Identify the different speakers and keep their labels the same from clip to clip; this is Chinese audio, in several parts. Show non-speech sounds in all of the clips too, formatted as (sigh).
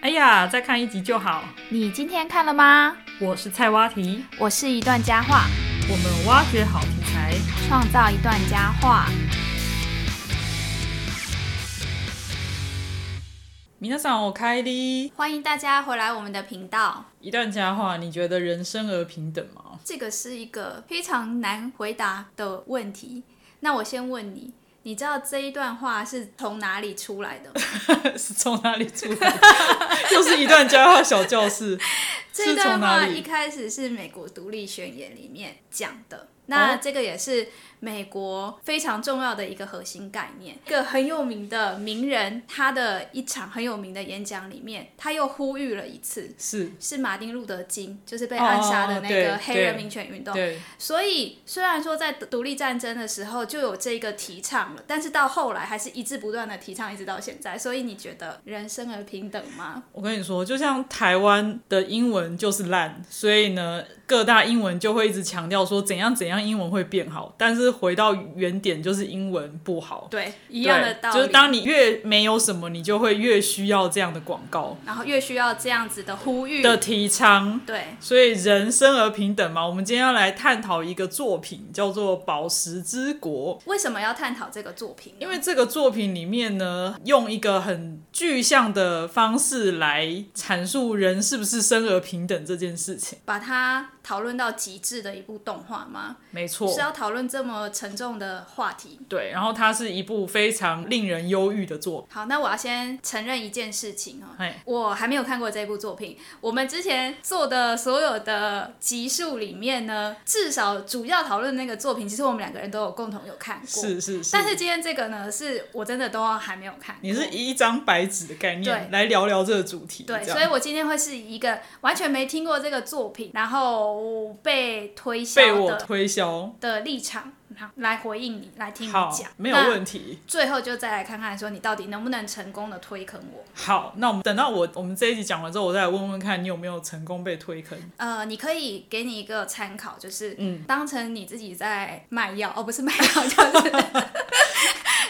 Speaker 1: 哎呀，再看一集就好。
Speaker 2: 你今天看了吗？
Speaker 1: 我是菜蛙题，
Speaker 2: 我是一段佳话，
Speaker 1: 我们挖掘好题材。
Speaker 2: 创造一段佳话。
Speaker 1: 皆さんお帰り。
Speaker 2: 欢迎大家回来我们的频道。
Speaker 1: 一段佳话，你觉得人生而平等 (laughs) 吗？
Speaker 2: 这个是一个非常难回答的问题。那我先问你，你知道这一段话是从哪里出
Speaker 1: (laughs)
Speaker 2: 来的吗？
Speaker 1: 是从哪里出来的？ (laughs) 又是一段佳话小教 (laughs) 室，
Speaker 2: 这
Speaker 1: 是
Speaker 2: 一
Speaker 1: 从
Speaker 2: 段
Speaker 1: 哪
Speaker 2: 话一
Speaker 1: 里？
Speaker 2: 开始是美国独立宣言里面讲的。那
Speaker 1: 哦
Speaker 2: 这个也是美国非常重要的一个核心概念。一个很有名的名人，他的一场很有名的演讲里面，他又呼吁了一次，
Speaker 1: 是，
Speaker 2: 是马丁路德金，就是被暗杀的那
Speaker 1: 哦
Speaker 2: 个
Speaker 1: 对
Speaker 2: 黑人民权运动。
Speaker 1: 对，
Speaker 2: 所以虽然说在独立战争的时候就有这个提倡了，但是到后来还是一直不断的提倡，一直到现在。所以你觉得人生而平等吗？
Speaker 1: 我跟你说，就像台湾的英文就是烂，所以呢，各大英文就会一直强调说怎样怎样英文会变好，但是回到原点就是英文不好。
Speaker 2: 对，一样的
Speaker 1: 对
Speaker 2: 道理。
Speaker 1: 就是当你越没有什么，你就会越需要这样的广告
Speaker 2: 然后越需要这样子的呼吁。
Speaker 1: 的提倡。
Speaker 2: 对，
Speaker 1: 所以人生而平等嘛，我们今天要来探讨一个作品，叫做《宝石之国》。
Speaker 2: 为什么要探讨这个作品呢？
Speaker 1: 因为这个作品里面呢，用一个很具象的方式来阐述人是不是生而平等这件事情。
Speaker 2: 把它讨论到极致的一部动画吗？
Speaker 1: 没错，
Speaker 2: 是要啊讨论这么沉重的话题？
Speaker 1: 对。然后它是一部非常令人忧郁的作品。
Speaker 2: 好，那我要先承认一件事情哦，
Speaker 1: 哎，
Speaker 2: 我还没有看过这部作品。我们之前做的所有的集数里面呢，至少主要讨论那个作品，其实我们两个人都有共同有看过。
Speaker 1: 是是是。
Speaker 2: 但是今天这个呢，是我真的都还没有看过。
Speaker 1: 你是以一张白纸的概念
Speaker 2: 对
Speaker 1: 来聊聊这个主题，
Speaker 2: 对，
Speaker 1: 这样
Speaker 2: 所以我今天会是一个完全没听过这个作品，然后被推销
Speaker 1: 被我
Speaker 2: 的
Speaker 1: 推销。
Speaker 2: 的立场，然后来回应你，来听你
Speaker 1: 好
Speaker 2: 讲，，
Speaker 1: 没有
Speaker 2: 那
Speaker 1: 问题。
Speaker 2: 最后就再来看看，说你到底能不能成功的推坑我。
Speaker 1: 好，那我们等到我我们这一集讲完之后，我再来问问看你有没有成功被推坑。
Speaker 2: 呃，你可以给你一个参考，就是
Speaker 1: 嗯
Speaker 2: 当成你自己在卖药，哦，不是卖药，就是 (laughs)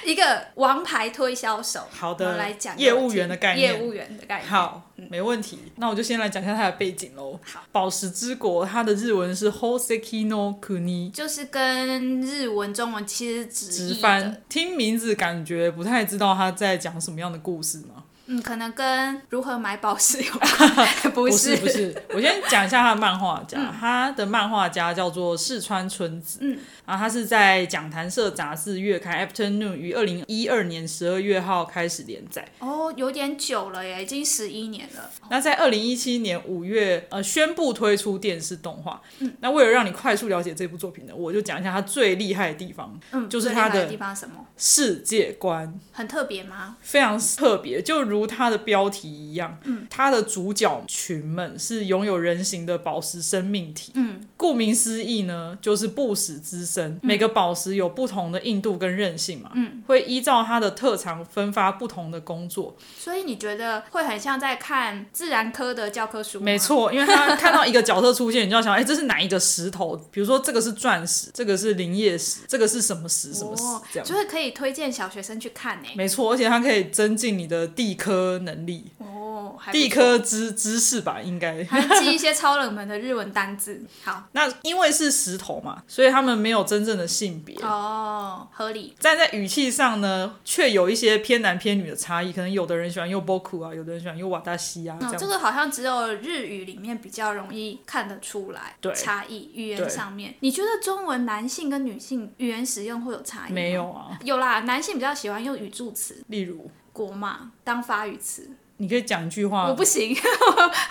Speaker 2: 一个王牌推销手。
Speaker 1: 好的
Speaker 2: 我来讲给
Speaker 1: 业
Speaker 2: 我
Speaker 1: 务员
Speaker 2: 听
Speaker 1: 的概念
Speaker 2: 业务员嗯的概念。
Speaker 1: 好，没问题。那我就先来讲一下它的背景喽。好，宝石之国，它的日文是 Hoseki no Kuni，
Speaker 2: 就是跟日文、中文其实直
Speaker 1: 直
Speaker 2: 译的
Speaker 1: 翻。听名字感觉不太知道它在讲什么样的故事吗？
Speaker 2: 嗯，可能跟如何买宝石有
Speaker 1: (laughs)
Speaker 2: 关，不
Speaker 1: 不
Speaker 2: 是
Speaker 1: 不是，我先讲一下他的漫画家，他的漫画家叫做四川春子，
Speaker 2: 嗯，
Speaker 1: 啊，他是在讲谈社杂志月刊 Afternoon 于二零一二年十二月号开始连载，
Speaker 2: 哦，有点久了耶，已经十一年了。
Speaker 1: 那在二零一七年五月，呃，宣布推出电视动画。
Speaker 2: 嗯
Speaker 1: 那为了让你快速了解这部作品呢，我就讲一下它最厉害的地方，
Speaker 2: 嗯，
Speaker 1: 就是
Speaker 2: 最
Speaker 1: 它
Speaker 2: 厉害
Speaker 1: 的
Speaker 2: 地方是什么？
Speaker 1: 世界观
Speaker 2: 很特别吗？
Speaker 1: 非常特别，就如它的标题一样，嗯，它的主角群们是拥有人形的宝石生命体，
Speaker 2: 嗯，
Speaker 1: 顾名思义呢，就是不死之身。每个宝石有不同的硬度跟韧性嘛，嗯，会依照它的特长分发不同的工作，
Speaker 2: 所以你觉得会很像在看自然科的教科书？
Speaker 1: 没，错，因为他看到一个角色出现，你就要想，哎、这是哪一个石头？比如说这个是钻石，这个是林业石，这个是什么石？什么石？
Speaker 2: 哦
Speaker 1: 这，样
Speaker 2: 就。是可以推荐小学生去看呢。
Speaker 1: 没错，而且它可以增进你的地科能力、
Speaker 2: 哦，还不错
Speaker 1: 地科知知识吧，应该。
Speaker 2: 还记一些超冷门的日文单字。好，
Speaker 1: 那因为是石头嘛，所以他们没有真正的性别。
Speaker 2: 哦，合理。
Speaker 1: 站在语气上呢，却有一些偏男偏女的差异，可能有的人喜欢用 boku 啊，有的人喜欢用瓦达西啊，这
Speaker 2: 嗯
Speaker 1: 样，
Speaker 2: 这个好像只有日语里面比较容易看得出来
Speaker 1: 对
Speaker 2: 差异，语
Speaker 1: 对
Speaker 2: 言上面。你觉得中文男性跟女性语言使用会有差异？
Speaker 1: 没，有啊。
Speaker 2: 有啦，男性比较喜欢用语助词
Speaker 1: 例如，
Speaker 2: “国骂”当发语词，
Speaker 1: 你可以讲一句话，
Speaker 2: 我不行， (laughs)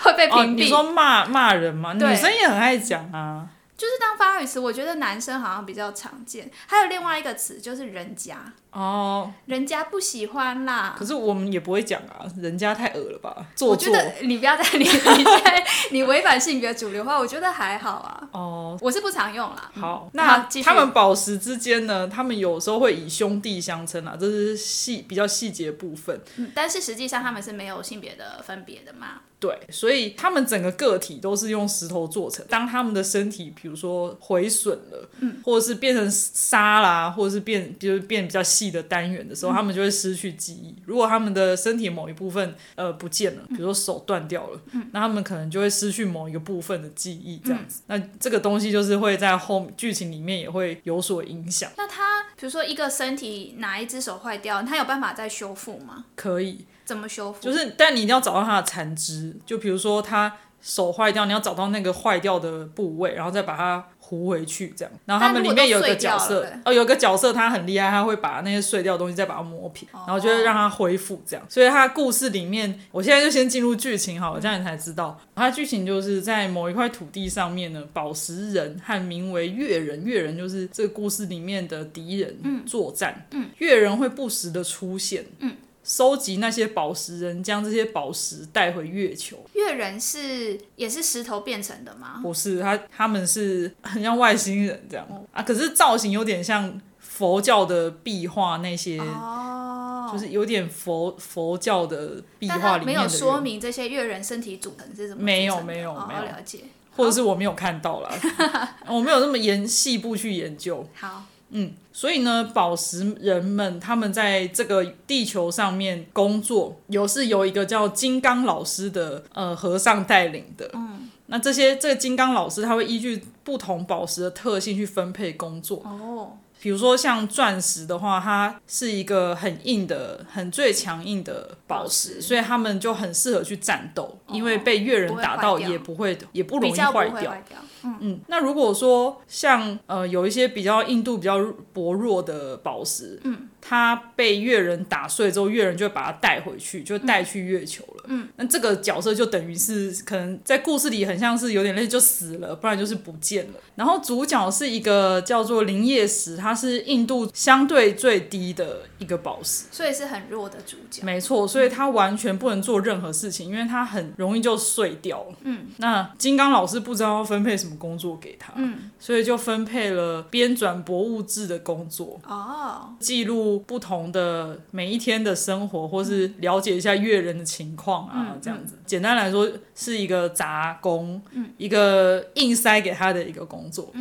Speaker 2: 会被
Speaker 1: 啊哦，
Speaker 2: 屏
Speaker 1: 你
Speaker 2: 蔽。
Speaker 1: 说骂骂人嘛，
Speaker 2: 对
Speaker 1: 女生也很爱讲啊。
Speaker 2: 就是当发语词，我觉得男生好像比较常见。还有另外一个词就是“人家
Speaker 1: 哦，”，
Speaker 2: 人家不喜欢啦
Speaker 1: 可。是我们也不会讲啊，人家太恶了吧，做
Speaker 2: 我觉
Speaker 1: 作。
Speaker 2: 得你不要再你 (laughs) 你在你违反性别主流化，我觉得还好啊。
Speaker 1: 哦，
Speaker 2: 我是不常用啦。
Speaker 1: 好，
Speaker 2: 那
Speaker 1: 那
Speaker 2: 嗯继续
Speaker 1: 他们宝石之间呢，他们有时候会以兄弟相称啊，这是细比较细节部分。
Speaker 2: 嗯但是实际上他们是没有性别的分别的嘛。
Speaker 1: 对，所以他们整个个体都是用石头做成。当他们的身体，比如说毁损了，嗯、或者是变成沙啦，或者是变就是变比较细的单元的时候，他们就会失去记忆。如果他们的身体某一部分呃不见了，比如说手断掉了，那他们可能就会失去某一个部分的记忆，这样子。那这个东西就是会在后剧情里面也会有所影响。
Speaker 2: 那他比如说一个身体哪一只手坏掉，他有办法再修复吗？
Speaker 1: 可以，
Speaker 2: 怎么修复？
Speaker 1: 就是但你一定要找到它的残肢，就比如说他手坏掉，你要找到那个坏掉的部位，然后再把它糊回去，这样。然后他们里面有一个角
Speaker 2: 但如果都
Speaker 1: 色
Speaker 2: 碎掉了，
Speaker 1: 哦，有一个角色他很厉害，他会把那些碎掉的东西再把它磨平，
Speaker 2: 哦
Speaker 1: 然后就会让它恢复这样。所以他故事里面，我现在就先进入剧情好了，这样你才知道。它剧情就是在某一块土地上面呢，宝石人和名为月人，月人就是这个故事里面的敌人，作战，嗯，月人会不时的出现，嗯。收集那些宝石人，将这些宝石带回月球。
Speaker 2: 月人是也是石头变成的吗？
Speaker 1: 不是，他他们是很像外星人这样
Speaker 2: 哦
Speaker 1: 啊，可是造型有点像佛教的壁画那些，
Speaker 2: 哦，
Speaker 1: 就是有点佛佛教的壁
Speaker 2: 但
Speaker 1: 画
Speaker 2: 他
Speaker 1: 里
Speaker 2: 没
Speaker 1: 面的
Speaker 2: 有
Speaker 1: 人
Speaker 2: 说明这些月人身体组成是怎么组成的
Speaker 1: 没有没有
Speaker 2: 哦
Speaker 1: 没有
Speaker 2: 了解。
Speaker 1: 或者是我没有看到啦， (laughs) 我没有那么研细部去研究。
Speaker 2: 好，
Speaker 1: 嗯，所以呢，宝石人们他们在这个地球上面工作，有是由一个叫金刚老师的呃和尚带领的。嗯，那这些这个金刚老师他会依据不同宝石的特性去分配工作。
Speaker 2: 哦，
Speaker 1: 比如说像钻石的话，它是一个很硬的、很最强硬的宝
Speaker 2: 宝
Speaker 1: 石，
Speaker 2: 石哦
Speaker 1: 所以他们就很适合去战斗，因为被越人打到
Speaker 2: 不会坏掉
Speaker 1: 也不会，也不容
Speaker 2: 比
Speaker 1: 易
Speaker 2: 较不会
Speaker 1: 坏掉。
Speaker 2: 坏掉。嗯，
Speaker 1: 嗯，那如果说像呃有一些比较硬度比较薄弱的宝石，嗯，它被越人打碎之后，越人就会把它带回去，就带去月球了。嗯，那这个角色就等于是可能在故事里很像是有点类似就死了，不然就是不见了。然后主角是一个叫做林业石，它是硬度相对最低的一个宝石。
Speaker 2: 所以是很弱的主角。
Speaker 1: 没错，所以他完全不能做任何事情，因为他很容易就碎掉了。嗯，那金刚老师不知道要分配什么工作给他，嗯，所以就分配了编纂博物志的工作，
Speaker 2: 哦，
Speaker 1: 记录不同的每一天的生活，或是了解一下越人的情况啊，这样子。简单来说，是一个杂工，一个硬塞给他的一个工作。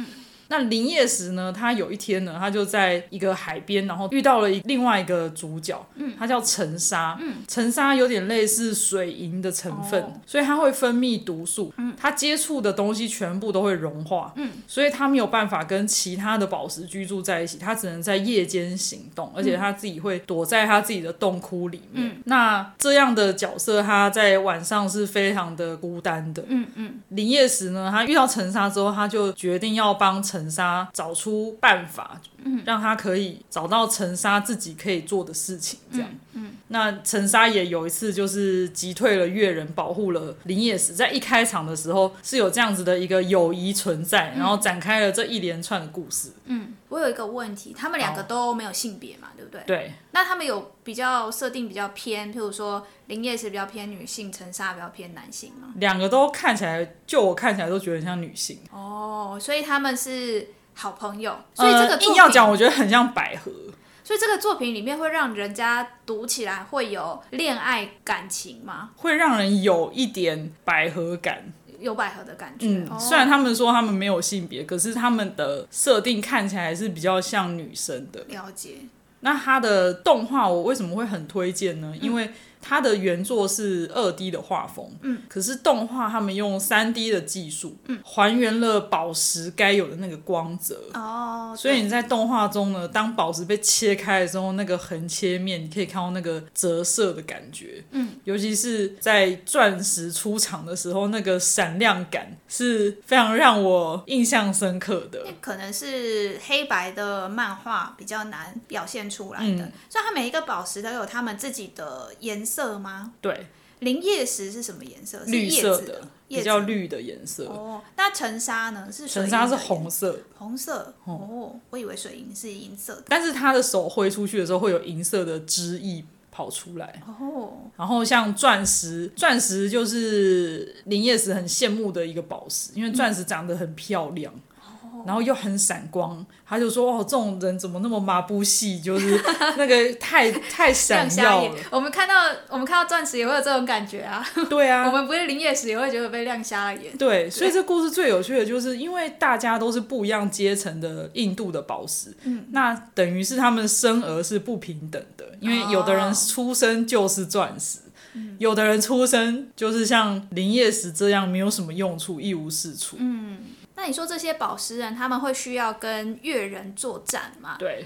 Speaker 1: 那林业石呢？他有一天呢，他就在一个海边，然后遇到了一另外一个主角，嗯，他叫沉沙，嗯，沉沙有点类似水银的成分，
Speaker 2: 哦
Speaker 1: 所以它会分泌毒素，嗯，它接触的东西全部都会融化，嗯，所以它没有办法跟其他的宝石居住在一起，它只能在夜间行动，而且它自己会躲在它自己的洞窟里面。那这样的角色，他在晚上是非常的孤单的，
Speaker 2: 嗯嗯，
Speaker 1: 林业石呢，他遇到陈沙之后，他就决定要帮陈沙找出办法，
Speaker 2: 嗯
Speaker 1: 让他可以找到陈沙自己可以做的事情，这样。
Speaker 2: 嗯
Speaker 1: 那陈沙也有一次就是击退了越人，保护了林业石。在一开场的时候是有这样子的一个友谊存在，
Speaker 2: 嗯
Speaker 1: 然后展开了这一连串的故事。
Speaker 2: 我有一个问题，他们两个都没有性别嘛，对不对？
Speaker 1: 哦对，
Speaker 2: 那他们有比较设定比较偏，譬如说林业是比较偏女性，陈沙比较偏男性吗？
Speaker 1: 两个都看起来，就我看起来都觉得很像女性。
Speaker 2: 哦，所以他们是好朋友，所以这
Speaker 1: 嗯
Speaker 2: 个
Speaker 1: 呃硬
Speaker 2: 作品，
Speaker 1: 要讲，我觉得很像百合。
Speaker 2: 所以这个作品里面会让人家读起来会有恋爱感情吗？
Speaker 1: 会让人有一点百合感，
Speaker 2: 有百合的感觉。
Speaker 1: 嗯，
Speaker 2: 哦
Speaker 1: 虽然他们说他们没有性别，可是他们的设定看起来是比较像女生的。
Speaker 2: 了解，
Speaker 1: 那它的动画我为什么会很推荐
Speaker 2: 嗯
Speaker 1: 呢？因为它的原作是二 D 的画风，嗯，可是动画他们用三 D 的技术，嗯，还原了宝石该有的那个光泽。
Speaker 2: 哦，
Speaker 1: 所以你在动画中呢，当宝石被切开的时候，那个横切面你可以看到那个折射的感觉。嗯，尤其是在钻石出场的时候，那个闪亮感是非常让我印象深刻的
Speaker 2: 那。可能是黑白的漫画比较难表现出来的，
Speaker 1: 嗯
Speaker 2: 所以它每一个宝石都有它们自己的颜色吗？
Speaker 1: 对，
Speaker 2: 灵叶石是什么颜色？是
Speaker 1: 绿
Speaker 2: 叶
Speaker 1: 色
Speaker 2: 子的，叶
Speaker 1: 比
Speaker 2: 子
Speaker 1: 较绿的颜色，
Speaker 2: 哦，那沉沙呢？是水
Speaker 1: 沉
Speaker 2: 银
Speaker 1: 沙
Speaker 2: 的
Speaker 1: 是
Speaker 2: 颜
Speaker 1: 红色，
Speaker 2: 红色哦，我以为水银是银色的
Speaker 1: 但是他的手挥出去的时候会有银色的汁液跑出来。
Speaker 2: 哦，
Speaker 1: 然后像钻石，钻石就是林业石很羡慕的一个宝石，因为钻石长得很漂亮。
Speaker 2: 哦
Speaker 1: 然后又很闪光，他就说：“哦，这种人怎么那么麻布细？就是那个
Speaker 2: (laughs)
Speaker 1: 太太闪
Speaker 2: 亮瞎
Speaker 1: 耀
Speaker 2: 眼
Speaker 1: 了。。
Speaker 2: 我们看到我们看到钻石也会有这种感觉啊，”
Speaker 1: 对啊，
Speaker 2: 我们不是林业时也会觉得被亮瞎了眼。
Speaker 1: 对，所以这故事最有趣的就是，因为大家都是不一样阶层的印度的宝石，嗯，那等于是他们生而是不平等的，因为有的人出生就是钻石。有的人出生就是像林业石这样没有什么用处，一无是处。嗯，
Speaker 2: 那你说这些宝石人他们会需要跟越人作战吗？
Speaker 1: 对，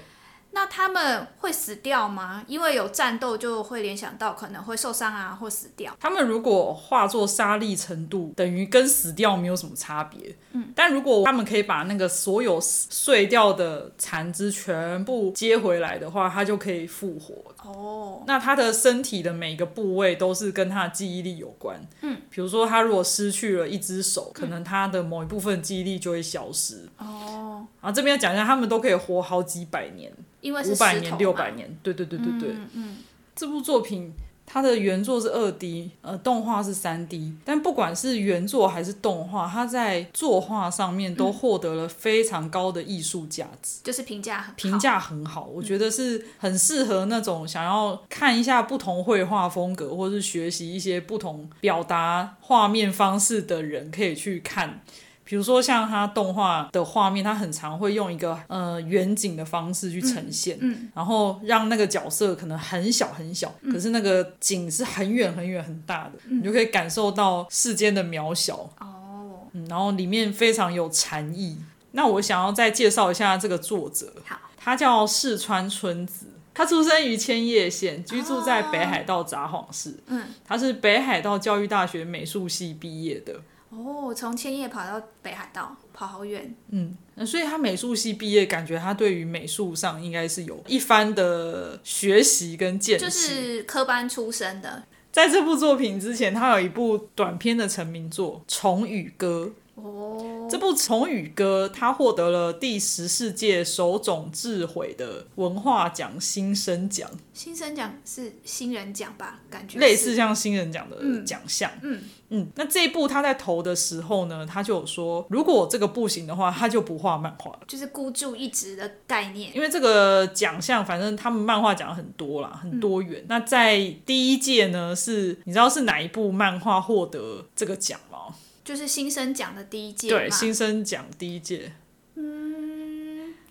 Speaker 2: 那他们会死掉吗？因为有战斗就会联想到可能会受伤啊或死掉。
Speaker 1: 他们如果化作沙粒程度，等于跟死掉没有什么差别。嗯，但如果他们可以把那个所有碎掉的残枝全部接回来的话，它就可以复活。
Speaker 2: 哦，
Speaker 1: 那他的身体的每个部位都是跟他的记忆力有关。嗯，比如说他如果失去了一只手，
Speaker 2: 嗯
Speaker 1: 可能他的某一部分记忆力就会消失。
Speaker 2: 哦，
Speaker 1: 然后这边讲一下，他们都可以活好几百年，
Speaker 2: 因为是
Speaker 1: 五
Speaker 2: 石头嘛
Speaker 1: 百年、六百。年。对对对对对，嗯，这部作品。它的原作是二 D，呃，动画是三 D，但不管是原作还是动画，它在作画上面
Speaker 2: 嗯
Speaker 1: 都获得了非常高的艺术价值。
Speaker 2: 就是评价很好
Speaker 1: 评价很好，我觉得是很适合那种想要看一下不同绘画风格，或是学习一些不同表达画面方式的人可以去看。比如说像他动画的画面，他很常会用一个呃远景的方式去呈现，然后让那个角色可能很小很小，可是那个景是很远很远很大的，你就可以感受到世间的渺小。
Speaker 2: 哦，
Speaker 1: 嗯，然后里面非常有禅意。那我想要再介绍一下这个作者，
Speaker 2: 好，
Speaker 1: 他叫四川春子，他出生于千叶县，居住在北海道札幌市。
Speaker 2: 嗯，
Speaker 1: 他是北海道教育大学美术系毕业的。
Speaker 2: 哦，从千叶跑到北海道，跑好远。
Speaker 1: 嗯，那所以他美术系毕业，感觉他对于美术上应该是有一番的学习跟见识。
Speaker 2: 就是科班出身的。
Speaker 1: 在这部作品之前，他有一部短片的成名作《虫语歌》。
Speaker 2: 哦，
Speaker 1: 这部《虫语歌》它获得了第十四届首种智慧的文化奖新生奖，
Speaker 2: 新生奖是新人奖吧？感觉
Speaker 1: 类
Speaker 2: 是
Speaker 1: 似像新人奖的奖项。
Speaker 2: 嗯
Speaker 1: 嗯，那这一部他在投的时候呢，他就有说，如果这个不行的话，他就不画漫画了。
Speaker 2: 就是孤注一掷的概念。
Speaker 1: 因为这个奖项，反正他们漫画奖很多啦，
Speaker 2: 嗯
Speaker 1: 很多元。那在第一届呢，是你知道是哪一部漫画获得这个奖吗？
Speaker 2: 就是新生奖的第一届
Speaker 1: 对，
Speaker 2: 嘛
Speaker 1: 新生奖第一届，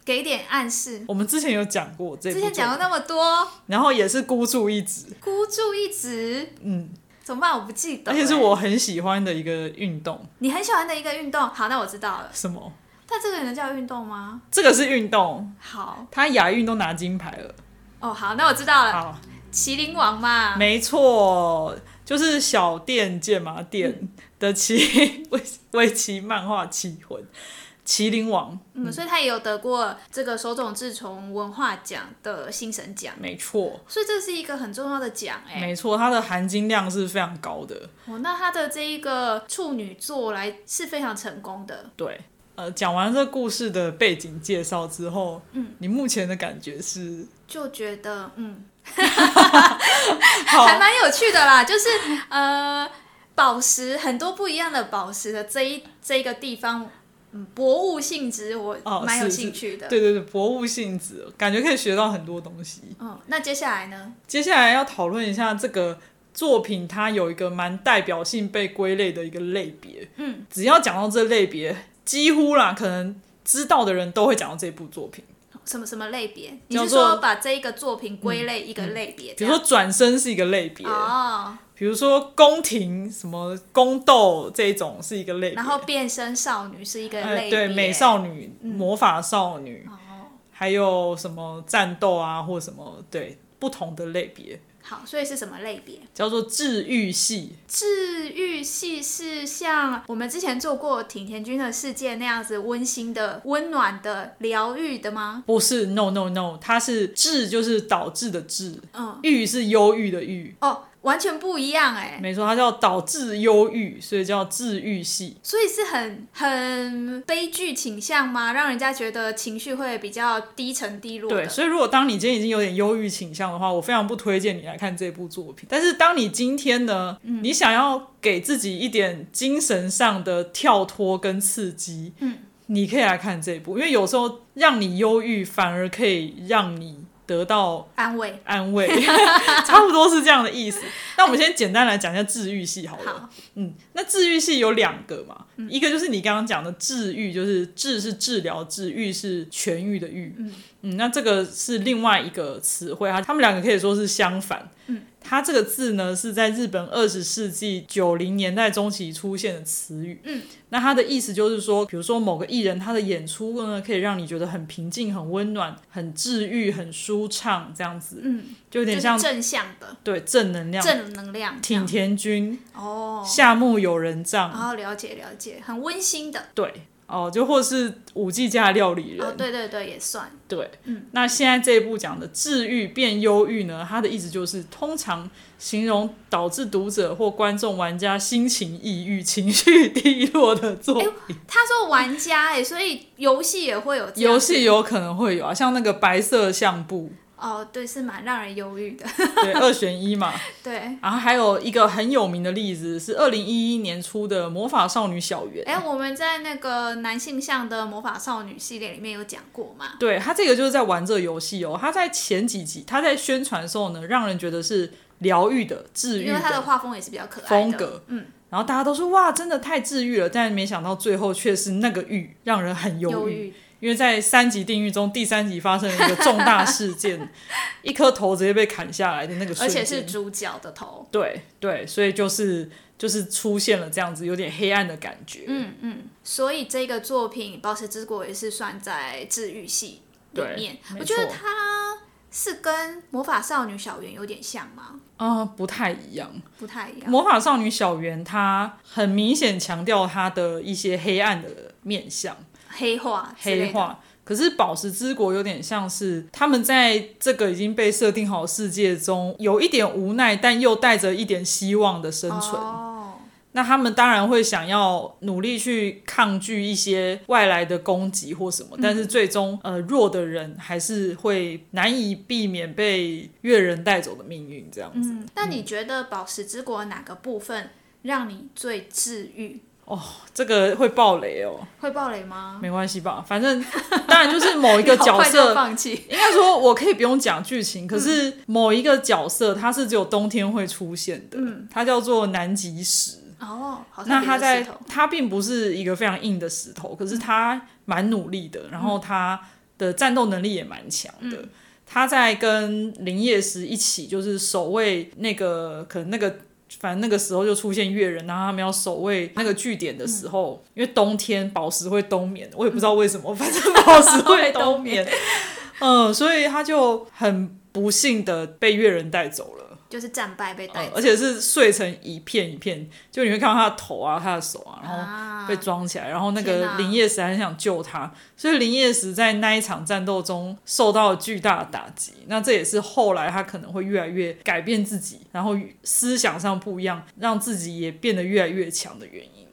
Speaker 2: 给点暗示。
Speaker 1: 我们之前有讲过这部
Speaker 2: 之
Speaker 1: 作品，
Speaker 2: 前讲了那么多，
Speaker 1: 然后也是孤注一掷，
Speaker 2: 孤注一掷，
Speaker 1: 嗯，
Speaker 2: 怎么办？我不记得、欸
Speaker 1: 而且是我很喜欢的一个运动，
Speaker 2: 你很喜欢的一个运动。好，那我知道了。
Speaker 1: 什么？
Speaker 2: 但这个能叫运动吗？
Speaker 1: 这个是运动，
Speaker 2: 好，
Speaker 1: 他亚运都拿金牌了。
Speaker 2: 哦，好，那我知道了。
Speaker 1: 好，
Speaker 2: 麒麟王嘛，
Speaker 1: 没错，就是小店剑麻店的棋 (laughs) 围围棋漫画《棋魂》，麒麟王，
Speaker 2: 嗯，所以他也有得过这个手冢治虫文化奖的新神奖，
Speaker 1: 没错，
Speaker 2: 所以这是一个很重要的奖哎、
Speaker 1: 没错，它的含金量是非常高的。
Speaker 2: 哦，那他的这一个处女座来是非常成功的。
Speaker 1: 对，呃，讲完这故事的背景介绍之后，嗯，你目前的感觉是
Speaker 2: 就觉得嗯，
Speaker 1: 好
Speaker 2: (laughs) 还蛮有趣的啦，就是呃，宝石很多不一样的宝石的这一这一个地方，嗯，博物性质我
Speaker 1: 哦
Speaker 2: 蛮有
Speaker 1: 是是
Speaker 2: 兴趣的。
Speaker 1: 对对对，博物性质，感觉可以学到很多东西。
Speaker 2: 嗯，那接下来呢？
Speaker 1: 接下来要讨论一下这个作品，它有一个蛮代表性被归类的一个类别。嗯，只要讲到这类别，几乎啦，可能知道的人都会讲到这部作品。
Speaker 2: 什么什么类别？你
Speaker 1: 叫
Speaker 2: 是
Speaker 1: 做嗯
Speaker 2: 说把这一个作品归类一个类别
Speaker 1: 比
Speaker 2: 这
Speaker 1: 如
Speaker 2: 样？
Speaker 1: 说转身是一个类别，
Speaker 2: 啊哦，
Speaker 1: 比如说宫廷什么宫斗这一种是一个类别，
Speaker 2: 然后变身少女是一个
Speaker 1: 呃
Speaker 2: 类别，嗯
Speaker 1: 对美少女、魔法少女，
Speaker 2: 哦，
Speaker 1: 还有什么战斗啊或什么对不同的类别，
Speaker 2: 好，所以是什么类别？
Speaker 1: 叫做治愈系。
Speaker 2: 治愈系是像我们之前做过挺田君的世界那样子温馨的、温暖的、疗愈的吗？
Speaker 1: 不是，no no no，它是治就是导致的治，
Speaker 2: 嗯，
Speaker 1: 郁是忧郁的郁，
Speaker 2: 哦，完全不一样哎，
Speaker 1: 没错，它叫导致忧郁，所以叫治愈系。
Speaker 2: 所以是很很悲剧倾向吗？让人家觉得情绪会比较低沉低落
Speaker 1: 对，
Speaker 2: 的。
Speaker 1: 所以如果当你今天已经有点忧郁倾向的话，我非常不推荐你来看这部作品。但是当你今天呢，你想要给自己一点精神上的跳脱跟刺激，嗯，你可以来看这一部，因为有时候让你忧郁，反而可以让你得到
Speaker 2: 安慰。
Speaker 1: 安慰， (laughs) 差不多是这样的意思。那我们先简单来讲一下治愈系好了。
Speaker 2: 好，
Speaker 1: 嗯，那治愈系有两个嘛，一个就是你刚刚讲的治愈，就是治是治疗，治愈是痊愈的愈。
Speaker 2: 嗯
Speaker 1: 那这个是另外一个词汇，它他们两个可以说是相反。
Speaker 2: 嗯，
Speaker 1: 它这个字呢是在日本二十世纪九零年代中期出现的词语。
Speaker 2: 嗯，
Speaker 1: 那它的意思就是说，比如说某个艺人他的演出呢，可以让你觉得很平静、很温暖、很治愈、很舒畅，这样子
Speaker 2: 嗯，
Speaker 1: 就有
Speaker 2: 就
Speaker 1: 点
Speaker 2: 是
Speaker 1: 像
Speaker 2: 正向的
Speaker 1: 对正能量。
Speaker 2: 正能量这
Speaker 1: 挺
Speaker 2: 样。
Speaker 1: 田君，
Speaker 2: 哦，
Speaker 1: 夏目友人帐，
Speaker 2: 然后了解了解，很温馨的。
Speaker 1: 对，哦，就或是五 G 家的料理人，
Speaker 2: 哦，对对对，也算。
Speaker 1: 对那现在这一部讲的治愈变忧郁呢，它的意思就是通常形容导致读者或观众玩家心情抑郁、 (laughs) 情绪低落的
Speaker 2: 哎
Speaker 1: 作品。
Speaker 2: 他说玩家哎，所以游戏也会有这样
Speaker 1: 游戏有可能会有啊，像那个白色相簿，
Speaker 2: 哦，对，是蛮让人忧郁的。 (laughs)
Speaker 1: 对，二选一嘛。 (laughs)
Speaker 2: 对，
Speaker 1: 然后还有一个很有名的例子是二零一一年出的《魔法少女小圆》。
Speaker 2: 哎，我们在那个男性向的魔法少女系列里面有讲过嘛？
Speaker 1: 对他这个就是在玩这个游戏哦。他在前几集他在宣传的时候呢，让人觉得是疗愈的、治愈
Speaker 2: 因为他的
Speaker 1: 的，
Speaker 2: 画风也是比较可爱的
Speaker 1: 风格
Speaker 2: 嗯，
Speaker 1: 然后大家都说哇，真的太治愈了。但没想到最后却是那个狱让人很
Speaker 2: 忧
Speaker 1: 忧郁，，因为在三级定狱中，第三集发生了一个重大事件，
Speaker 2: (laughs)
Speaker 1: 一颗头直接被砍下来的那个
Speaker 2: 而
Speaker 1: 瞬间，
Speaker 2: 且是主角的头。
Speaker 1: 对对，所以就是就是出现了这样子有点黑暗的感觉。
Speaker 2: 嗯嗯，所以这个作品《宝石之国》也是算在治愈系里
Speaker 1: 对
Speaker 2: 面。
Speaker 1: 没
Speaker 2: 我觉得
Speaker 1: 错
Speaker 2: 它是跟《魔法少女小圆》有点像吗？
Speaker 1: 啊、不太一样。
Speaker 2: 不太一样。
Speaker 1: 魔法少女小圆，她很明显强调她的一些黑暗的面相，
Speaker 2: 黑化之类
Speaker 1: 黑
Speaker 2: 的，
Speaker 1: 化。可是宝石之国有点像是他们在这个已经被设定好的世界中，有一点无奈，但又带着一点希望的生存。
Speaker 2: 哦，
Speaker 1: 那他们当然会想要努力去抗拒一些外来的攻击或
Speaker 2: 嗯
Speaker 1: 什么，但是最终呃弱的人还是会难以避免被越人带走的命运这样子。
Speaker 2: 嗯，那你觉得《宝石之国》哪个部分让你最治愈？
Speaker 1: 这个会爆雷哦。
Speaker 2: 会爆雷吗？
Speaker 1: 没关系吧，反正当然就是某一个
Speaker 2: (laughs) 你好
Speaker 1: 角
Speaker 2: 快就
Speaker 1: 色，(laughs)
Speaker 2: 放弃，
Speaker 1: 应该说我可以不用讲剧情，可是某一个角色它是只有冬天会出现的，
Speaker 2: 嗯
Speaker 1: 它叫做南极石。
Speaker 2: 哦，好像
Speaker 1: 那
Speaker 2: 别
Speaker 1: 它
Speaker 2: 的
Speaker 1: 在
Speaker 2: 石头嗯
Speaker 1: 它并不是一个非常硬的石头，可是它蛮努力的，然后它的战斗能力也蛮强的。
Speaker 2: 嗯
Speaker 1: 它在跟林业石一起，就是守卫那个可能那个。反正那个时候就出现越人，然后他们要守卫那个据点的
Speaker 2: 嗯
Speaker 1: 时候，因为冬天宝石会冬眠，我也不知道为什么，反正宝石会
Speaker 2: (laughs) 会冬
Speaker 1: 冬眠，嗯，所以他就很不幸的被越人带走了。
Speaker 2: 就是战败被
Speaker 1: 嗯
Speaker 2: 带走，
Speaker 1: 而且是碎成一片一片，就你会看到他的头啊、他的手啊，然后
Speaker 2: 啊
Speaker 1: 被装起来。然后那
Speaker 2: 天
Speaker 1: 个
Speaker 2: 哪
Speaker 1: 林业石很想救他，所以林业石在那一场战斗中受到了巨大的打击。那这也是后来他可能会越来越改变自己，然后思想上不一样，让自己也变得越来越强的原因。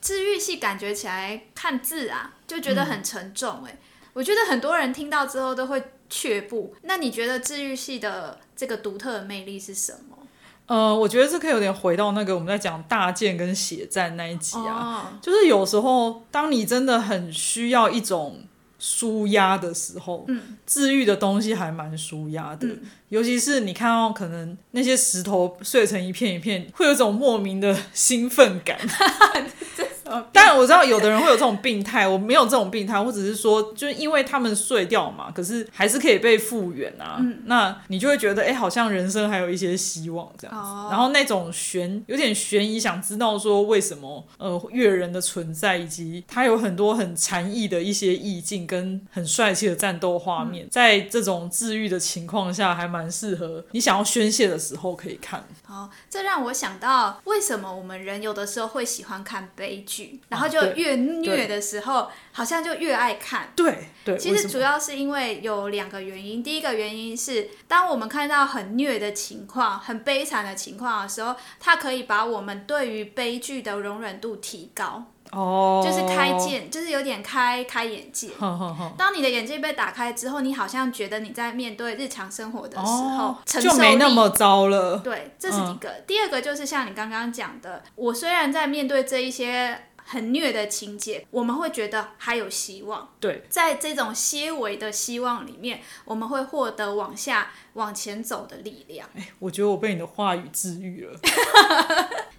Speaker 2: 治愈系感觉起来看字啊，就觉
Speaker 1: 嗯
Speaker 2: 得很沉重哎、我觉得很多人听到之后都会却步。那你觉得治愈系的这个独特的魅力是什么？
Speaker 1: 呃，我觉得这可以有点回到那个我们在讲大剑跟血战那一集啊，
Speaker 2: 哦，
Speaker 1: 就是有时候，当你真的很需要一种舒压的时候，
Speaker 2: 嗯，
Speaker 1: 治愈的东西还蛮舒压的。
Speaker 2: 嗯
Speaker 1: 尤其是你看到可能那些石头碎成一片一片，会有一种莫名的兴奋感。当然我知道有的人会有这种病态，我没有这种病态，我只是说，就是因为他们碎掉嘛，可是还是可以被复原啊。
Speaker 2: 嗯
Speaker 1: 那你就会觉得，哎、好像人生还有一些希望这样子。
Speaker 2: 哦
Speaker 1: 然后那种悬，有点悬疑，想知道说为什么呃越人的存在，以及他有很多很禅意的一些意境跟很帅气的战斗画
Speaker 2: 嗯
Speaker 1: 面，在这种治愈的情况下，还蛮适合你想要宣泄的时候可以看。
Speaker 2: 哦，这让我想到为什么我们人有的时候会喜欢看悲剧，然后
Speaker 1: 啊对
Speaker 2: 就越虐的时候，好像就越爱看。
Speaker 1: 对对，
Speaker 2: 其
Speaker 1: 为
Speaker 2: 实
Speaker 1: 什
Speaker 2: 主
Speaker 1: 么
Speaker 2: 要是因为有两个原因，第一个原因是，当我们看到很虐的情况、很悲惨的情况的时候，它可以把我们对于悲剧的容忍度提高，
Speaker 1: 哦，
Speaker 2: 就是开。见，就是有点开开眼界。
Speaker 1: 哼哼哼。
Speaker 2: 当你的眼界被打开之后，你好像觉得你在面对日常生活的时候，
Speaker 1: 哦，
Speaker 2: 承
Speaker 1: 就
Speaker 2: 受
Speaker 1: 没那
Speaker 2: 力
Speaker 1: 么糟了。
Speaker 2: 对，这是一个。第二个就是像你刚刚讲的，我虽然在面对这一些很虐的情节，我们会觉得还有希望。
Speaker 1: 对，
Speaker 2: 在这种些微的希望里面，我们会获得往下往前走的力量。
Speaker 1: 哎我觉得我被你的话语治愈了。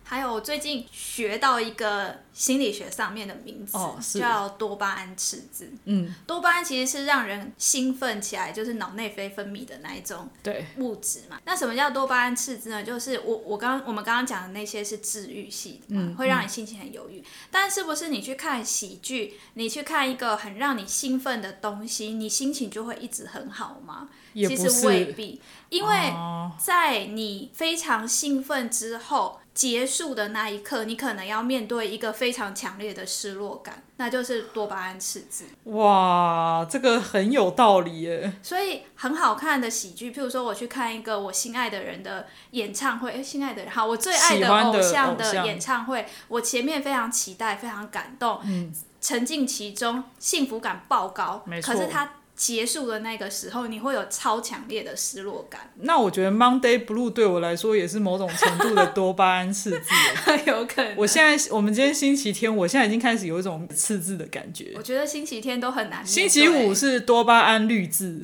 Speaker 2: 还有，我最近学到一个心理学上面的名词，
Speaker 1: 哦是
Speaker 2: 叫多巴胺赤字。
Speaker 1: 嗯，
Speaker 2: 多巴胺其实是让人兴奋起来，就是脑内啡分泌的那一种
Speaker 1: (laughs) 对，
Speaker 2: 物质嘛。那什么叫多巴胺赤字呢？就是我我刚我们刚刚讲的那些是治愈系的
Speaker 1: 嗯
Speaker 2: 嘛，会让你心情很忧郁。但是不是你去看喜剧，你去看一个很让你兴奋的东西，你心情就会一直很好吗？
Speaker 1: 也
Speaker 2: 其
Speaker 1: 不
Speaker 2: 实未
Speaker 1: 是，
Speaker 2: 必，因为
Speaker 1: 哦
Speaker 2: 在你非常兴奋之后结束的那一刻，你可能要面对一个非常强烈的失落感，那就是多巴胺赤字。
Speaker 1: 哇，这个很有道理耶。
Speaker 2: 所以很好看的喜剧，譬如说我去看一个我心爱的人的演唱会，哎，心爱的人，好，我最爱
Speaker 1: 喜欢的
Speaker 2: 偶像
Speaker 1: 偶
Speaker 2: 的
Speaker 1: 像
Speaker 2: 演唱会，我前面非常期待，非常感动，
Speaker 1: 嗯
Speaker 2: 沉浸其中，幸福感爆高
Speaker 1: 没，错
Speaker 2: 可是它结束的那个时候，你会有超强烈的失落
Speaker 1: (laughs)
Speaker 2: 感。
Speaker 1: 那我觉得 Monday Blue 对我来说也是某种程度的多巴胺刺激 (laughs) 耶。
Speaker 2: 有可能。
Speaker 1: 我现在，我们今天星期天，我现在已经开始有一种刺激的感觉
Speaker 2: 我。觉得星期天都很难面
Speaker 1: 星
Speaker 2: 对。
Speaker 1: 期五是多巴胺绿字，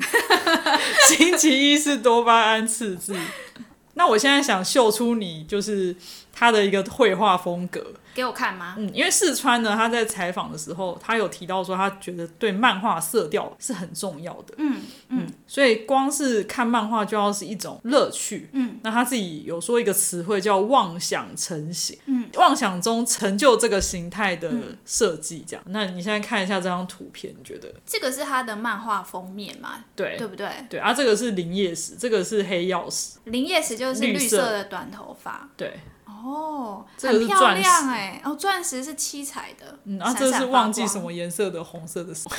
Speaker 2: (laughs)
Speaker 1: 星期一是多巴胺赤字。那我现在想秀出你就是他的一个绘画风格，
Speaker 2: 给我看吗？
Speaker 1: 嗯，因为四川呢，他在采访的时候，他有提到说，他觉得对漫画色调是很重要的，
Speaker 2: 嗯
Speaker 1: 嗯，所以光是看漫画就要是一种乐趣，
Speaker 2: 嗯，
Speaker 1: 那他自己有说一个词汇叫妄想成型，嗯，妄想中成就这个形态的
Speaker 2: 嗯
Speaker 1: 设计，这样。那你现在看一下这张图片，你觉得
Speaker 2: 这个是他的漫画封面嘛，
Speaker 1: 对？
Speaker 2: 对不对？
Speaker 1: 对啊，这个是林夜石，这个是黑曜石，
Speaker 2: 林夜石就是
Speaker 1: 绿
Speaker 2: 绿
Speaker 1: 色
Speaker 2: 色的短头发
Speaker 1: 对，
Speaker 2: 哦，
Speaker 1: 这个
Speaker 2: 很
Speaker 1: 是
Speaker 2: 漂
Speaker 1: 钻石
Speaker 2: 亮哎、哦，钻石是七彩的，
Speaker 1: 嗯，啊，
Speaker 2: 闪
Speaker 1: 这
Speaker 2: 闪
Speaker 1: 是
Speaker 2: 发
Speaker 1: 忘记
Speaker 2: 光
Speaker 1: 什么颜色的红色的手，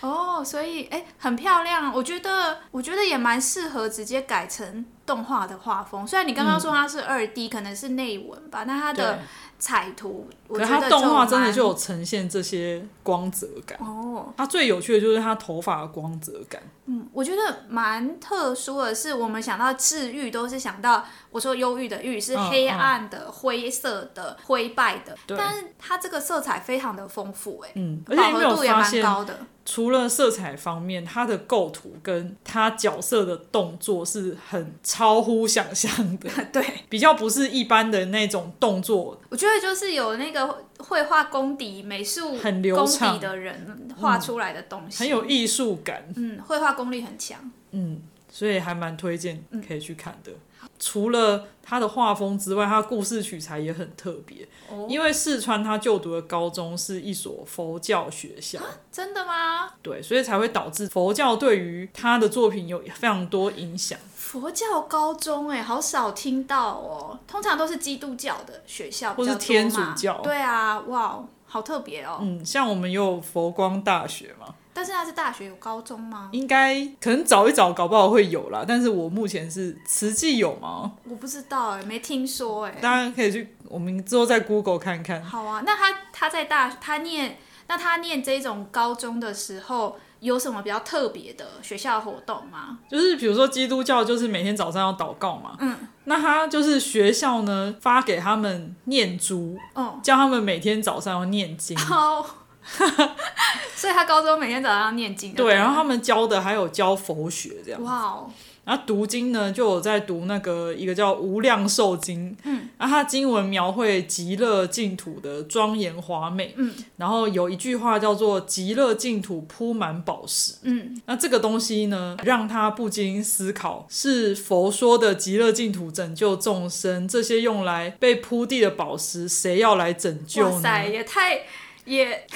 Speaker 2: 哦，所以哎、很漂亮，我觉得我觉得也蛮适合直接改成动画的画风。虽然你刚刚说它是二 D，、可能是内文吧，那它
Speaker 1: 嗯对
Speaker 2: 的，彩图，我
Speaker 1: 可是
Speaker 2: 觉
Speaker 1: 它
Speaker 2: 得
Speaker 1: 动画真的
Speaker 2: 蛮
Speaker 1: 就有呈现这些光泽感。
Speaker 2: 哦，
Speaker 1: 它最有趣的就是它头发的光泽感，
Speaker 2: 嗯，我觉得蛮特殊的是，我们想到治愈都是想到我说忧郁的郁是
Speaker 1: 嗯
Speaker 2: 黑暗的、灰色的、灰败的，
Speaker 1: 对
Speaker 2: 但是它这个色彩非常的丰富、欸，
Speaker 1: 嗯，而
Speaker 2: 哎，
Speaker 1: 且
Speaker 2: 饱
Speaker 1: 你
Speaker 2: 和
Speaker 1: 没有
Speaker 2: 度也
Speaker 1: 发
Speaker 2: 蛮
Speaker 1: 现，
Speaker 2: 高的，
Speaker 1: 除了色彩方面，它的构图跟它角色的动作是很超乎想象的， (laughs)
Speaker 2: (laughs) 对。
Speaker 1: 比较不是一般的那种动作，
Speaker 2: 我觉得就是有那个绘画功底、美术
Speaker 1: 很流
Speaker 2: 功
Speaker 1: 畅嗯
Speaker 2: 底的人画出来的东西，
Speaker 1: 很有艺术感。
Speaker 2: 嗯，绘画功力很强。
Speaker 1: 嗯，所以还蛮推荐
Speaker 2: 嗯
Speaker 1: 可以去看的。除了他的画风之外，他的故事取材也很特别。
Speaker 2: 哦
Speaker 1: 因为四川他就读的高中是一所佛教学校，
Speaker 2: 真的吗？
Speaker 1: 对，所以才会导致佛教对于他的作品有非常多影响。
Speaker 2: 佛教高中哎、好少听到哦，通常都是基督教的学校比
Speaker 1: 或是
Speaker 2: 较多
Speaker 1: 天主
Speaker 2: 嘛
Speaker 1: 教
Speaker 2: 对啊，哇，好特别哦。
Speaker 1: 嗯，像我们也有佛光大学嘛，
Speaker 2: 但是他是大学有高中吗？
Speaker 1: 应该可能找一找，搞不好会有啦。但是我目前是实际有吗？
Speaker 2: 我不知道哎、没听说哎、
Speaker 1: 大家可以去，我们之后再 Google 看看。
Speaker 2: 好啊，那他他在大他念那他念这种高中的时候，有什么比较特别的学校活动吗？
Speaker 1: 就是比如说基督教，就是每天早上要祷告嘛。
Speaker 2: 嗯，
Speaker 1: 那他就是学校呢发给他们念珠，
Speaker 2: 哦，
Speaker 1: 叫他们每天早上要念
Speaker 2: (laughs)
Speaker 1: 经。
Speaker 2: 好，哦所以他高中每天早上要念经就
Speaker 1: 对，
Speaker 2: 了
Speaker 1: 然后他们教的还有教佛学这样，
Speaker 2: 哇哦，
Speaker 1: 然后读经呢就有在读那个一个叫《无量寿经》，嗯，然后它经文描绘极乐净土的庄严华美，
Speaker 2: 嗯，
Speaker 1: 然后有一句话叫做“极乐净土铺满宝石”，
Speaker 2: 嗯，
Speaker 1: 那这个东西呢，让他不禁思考：是佛说的极乐净土拯救众生，这些用来被铺地的宝石，谁要来拯
Speaker 2: 哇
Speaker 1: 救呢？
Speaker 2: 塞，也太也， (laughs)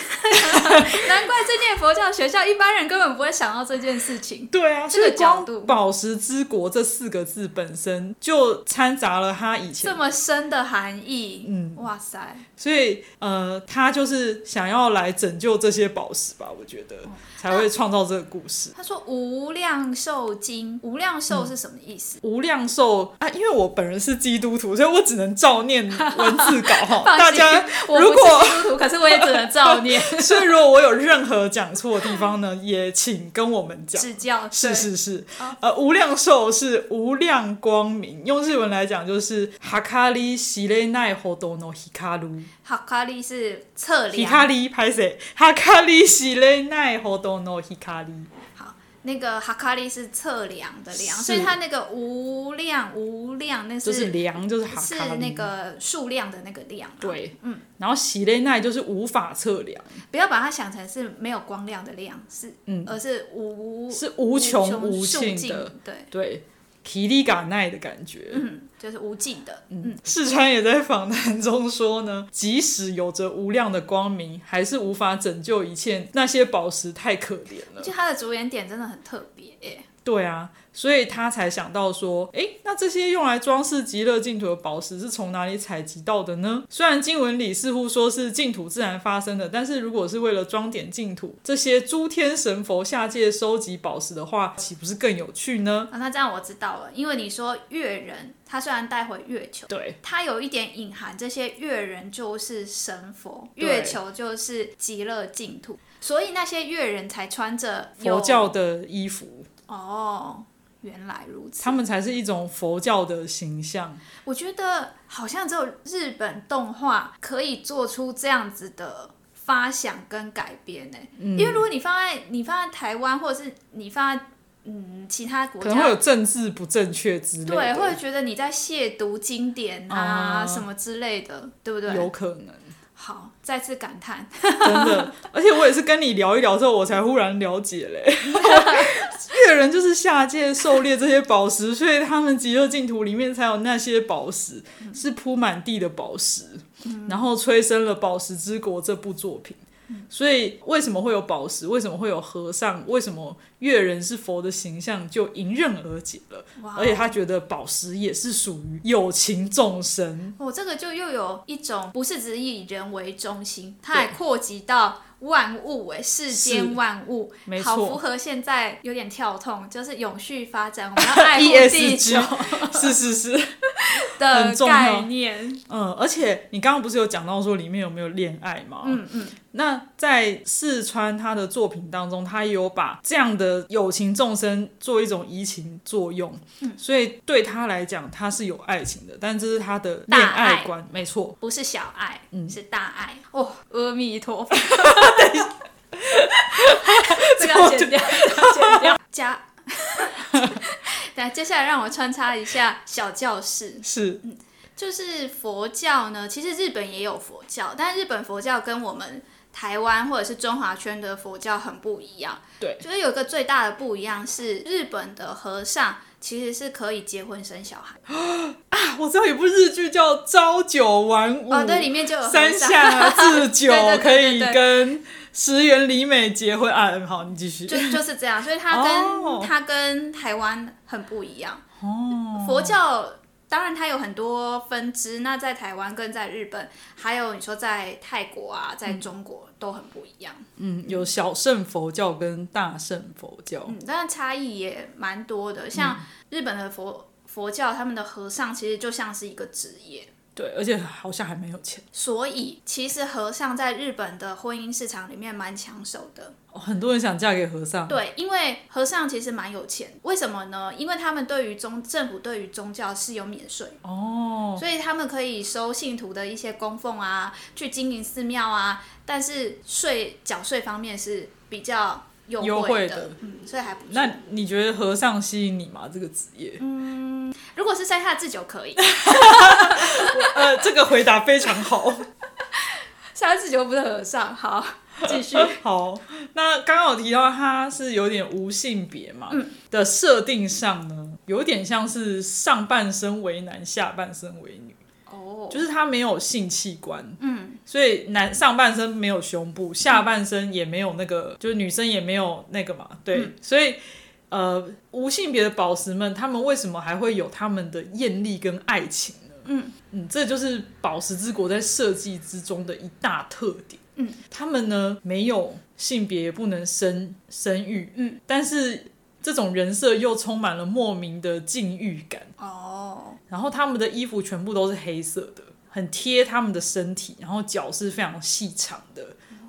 Speaker 2: 难怪这念佛教学校一般人根本不会想到这件事情。
Speaker 1: 对啊，
Speaker 2: 这
Speaker 1: 所
Speaker 2: 个
Speaker 1: 以光
Speaker 2: 角度
Speaker 1: 宝石之国”这四个字本身就掺杂了他以前
Speaker 2: 这么深的含义，
Speaker 1: 嗯，
Speaker 2: 哇塞，
Speaker 1: 所以呃，他就是想要来拯救这些宝石吧，我觉得、才会创造这个故事。
Speaker 2: 他说无量寿经，无量寿是什么意思？
Speaker 1: 无量寿啊，因为我本人是基督徒，所以我只能照念文字稿哈。
Speaker 2: 放
Speaker 1: 哦大
Speaker 2: 心
Speaker 1: 家，
Speaker 2: 我
Speaker 1: 如
Speaker 2: 不
Speaker 1: 果
Speaker 2: 是基督徒，可是我也只能的
Speaker 1: (laughs)
Speaker 2: 造孽，
Speaker 1: 所以如果我有任何讲错的地方呢，也请跟我们讲。
Speaker 2: 指教
Speaker 1: 是，是是，呃，无量寿是无量光明，用日文来讲就是哈卡里西雷奈ホ多诺ヒ卡鲁，
Speaker 2: 哈卡利是测
Speaker 1: ヒ卡
Speaker 2: 量。
Speaker 1: 里拍谁？哈卡里西雷奈ホ多诺ヒ卡里。
Speaker 2: 好，那个哈卡利是测量的量，
Speaker 1: 是
Speaker 2: 所以它那个无量无量那
Speaker 1: 就是量，就是哈
Speaker 2: 是
Speaker 1: 卡里
Speaker 2: 那个数量的那个量、啊。，
Speaker 1: 对，嗯，然后喜雷奈就是无法测量，
Speaker 2: 不要把它想成是没有光亮的量，是
Speaker 1: 嗯
Speaker 2: 而是无
Speaker 1: 是无穷
Speaker 2: 无
Speaker 1: 无
Speaker 2: 数
Speaker 1: 尽
Speaker 2: 尽
Speaker 1: 的，
Speaker 2: 对， (clears throat)
Speaker 1: 对，提力嘎奈的感觉。
Speaker 2: 嗯，就是无尽的，嗯，
Speaker 1: 世川也在访谈中说呢，即使有着无量的光明，还是无法拯救一切。那些宝石太可怜了。
Speaker 2: 就它的着眼点真的很特别耶，
Speaker 1: 对啊，所以他才想到说，诶，那这些用来装饰极乐净土的宝石是从哪里采集到的呢？虽然经文里似乎说是净土自然发生的，但是如果是为了装点净土，这些诸天神佛下界收集宝石的话，岂不是更有趣呢？
Speaker 2: 啊，那这样我知道了，因为你说月人，他虽然带回月球，
Speaker 1: 对，
Speaker 2: 它有一点隐含，这些月人就是神佛，
Speaker 1: 对
Speaker 2: 月球就是极乐净土，所以那些月人才穿着有
Speaker 1: 佛教的衣服，
Speaker 2: 哦。原来如此，
Speaker 1: 他们才是一种佛教的形象。
Speaker 2: 我觉得好像只有日本动画可以做出这样子的发想跟改编呢、
Speaker 1: 嗯
Speaker 2: 因为如果你放在你放在台湾，或者是你放在嗯其他国
Speaker 1: 可能会有
Speaker 2: 家，
Speaker 1: 政治不正确之类的，
Speaker 2: 对，会觉得你在亵渎经典啊、
Speaker 1: 啊
Speaker 2: 什么之类的，对不
Speaker 1: 有
Speaker 2: 对？
Speaker 1: 可能。
Speaker 2: 好，再次感叹，
Speaker 1: 真
Speaker 2: (laughs)
Speaker 1: 的，而且我也是跟你聊一聊之后，我才忽然了解嘞。越人就是下界狩猎这些宝石，所以他们极乐净土里面才有那些宝石，
Speaker 2: 嗯
Speaker 1: 是铺满地的宝石，然后催生了《宝石之国》这部作品。
Speaker 2: 嗯
Speaker 1: 所以为什么会有宝石？为什么会有和尚？为什么越人是佛的形象就迎刃而解了？
Speaker 2: 哇哦
Speaker 1: 而且他觉得宝石也是属于有情众生，
Speaker 2: 哦，这个就又有一种不是只以人为中心，它还扩及到万物哎，世间万物，
Speaker 1: 没
Speaker 2: 好符
Speaker 1: 错
Speaker 2: 合现在有点跳痛，就是永续发展，我们要爱护地球
Speaker 1: ，ESG 是是是。
Speaker 2: 的
Speaker 1: E 很重要
Speaker 2: 概念。
Speaker 1: 嗯，而且你刚刚不是有讲到说里面有没有恋爱吗？
Speaker 2: 嗯嗯，
Speaker 1: 那在四川他的作品当中，他也有把这样的有情众生做一种移情作用，
Speaker 2: 嗯
Speaker 1: 所以对他来讲他是有爱情的，但这是他的恋
Speaker 2: 大爱
Speaker 1: 爱观，没错。
Speaker 2: 不是小爱，是大爱。哦，阿弥陀佛。 (laughs) 这个要剪掉，这个要剪掉。加， (laughs) 那接下来让我穿插一下小教室。
Speaker 1: 是
Speaker 2: 嗯就是佛教呢，其实日本也有佛教，但日本佛教跟我们台湾或者是中华圈的佛教很不一样。
Speaker 1: 对，
Speaker 2: 就是有一个最大的不一样是，日本的和尚其实是可以结婚生小孩。
Speaker 1: 啊我知道有部日剧叫《朝九晚五》，
Speaker 2: 哦，对，里面就有和
Speaker 1: 三
Speaker 2: 尚，
Speaker 1: 下智久
Speaker 2: (laughs) 对对对
Speaker 1: 可以
Speaker 2: 对对
Speaker 1: 跟石原里美结婚啊。嗯好，你继续。
Speaker 2: 就就是这样，所以它跟、
Speaker 1: 哦
Speaker 2: 它跟台湾很不一样。哦，佛教。当然，它有很多分支。那在台湾跟在日本，还有你说在泰国啊，在中国、都很不一样。
Speaker 1: 嗯，有小圣佛教跟大圣佛教。
Speaker 2: 嗯，但差异也蛮多
Speaker 1: 嗯
Speaker 2: 的。像日本的佛佛教，他们的和尚其实就像是一个职业，
Speaker 1: 对，而且好像还没有钱
Speaker 2: 所以其实和尚在日本的婚姻市场里面蛮抢手的。
Speaker 1: 哦，很多人想嫁给和尚。
Speaker 2: 对，因为和尚其实蛮有钱，为什么呢？因为他们对于宗政府对于宗教是有免税哦，所以他们可以收信徒的一些供奉啊，去经营寺庙啊，但是税缴税方面是比较优
Speaker 1: 优
Speaker 2: 惠
Speaker 1: 惠的
Speaker 2: 嗯，所以还不错。
Speaker 1: 那你觉得和尚吸引你吗？这个职业？
Speaker 2: 如果是山下智久可以，
Speaker 1: 呃，这个回答非常好。
Speaker 2: 三十九不是和尚， (laughs) 好，继续。
Speaker 1: 好，那刚刚有提到他是有点无性别嘛、的设定上呢，有点像是上半身为男，下半身为女，
Speaker 2: 哦，
Speaker 1: 就是他没有性器官。嗯，所以男上半身没有胸部，下半身也没有那个，就是女生也没有那个嘛。对，
Speaker 2: 嗯
Speaker 1: 所以。呃，无性别的宝石们，他们为什么还会有他们的艳丽跟爱情呢？
Speaker 2: 嗯
Speaker 1: 嗯，这就是宝石之国在设计之中的一大特点。
Speaker 2: 嗯，
Speaker 1: 他们呢没有性别，也不能生生育，
Speaker 2: 嗯，
Speaker 1: 但是这种人设又充满了莫名的禁欲感。
Speaker 2: 哦，
Speaker 1: 然后他们的衣服全部都是黑色的，很贴他们的身体，然后脚是非常细长的，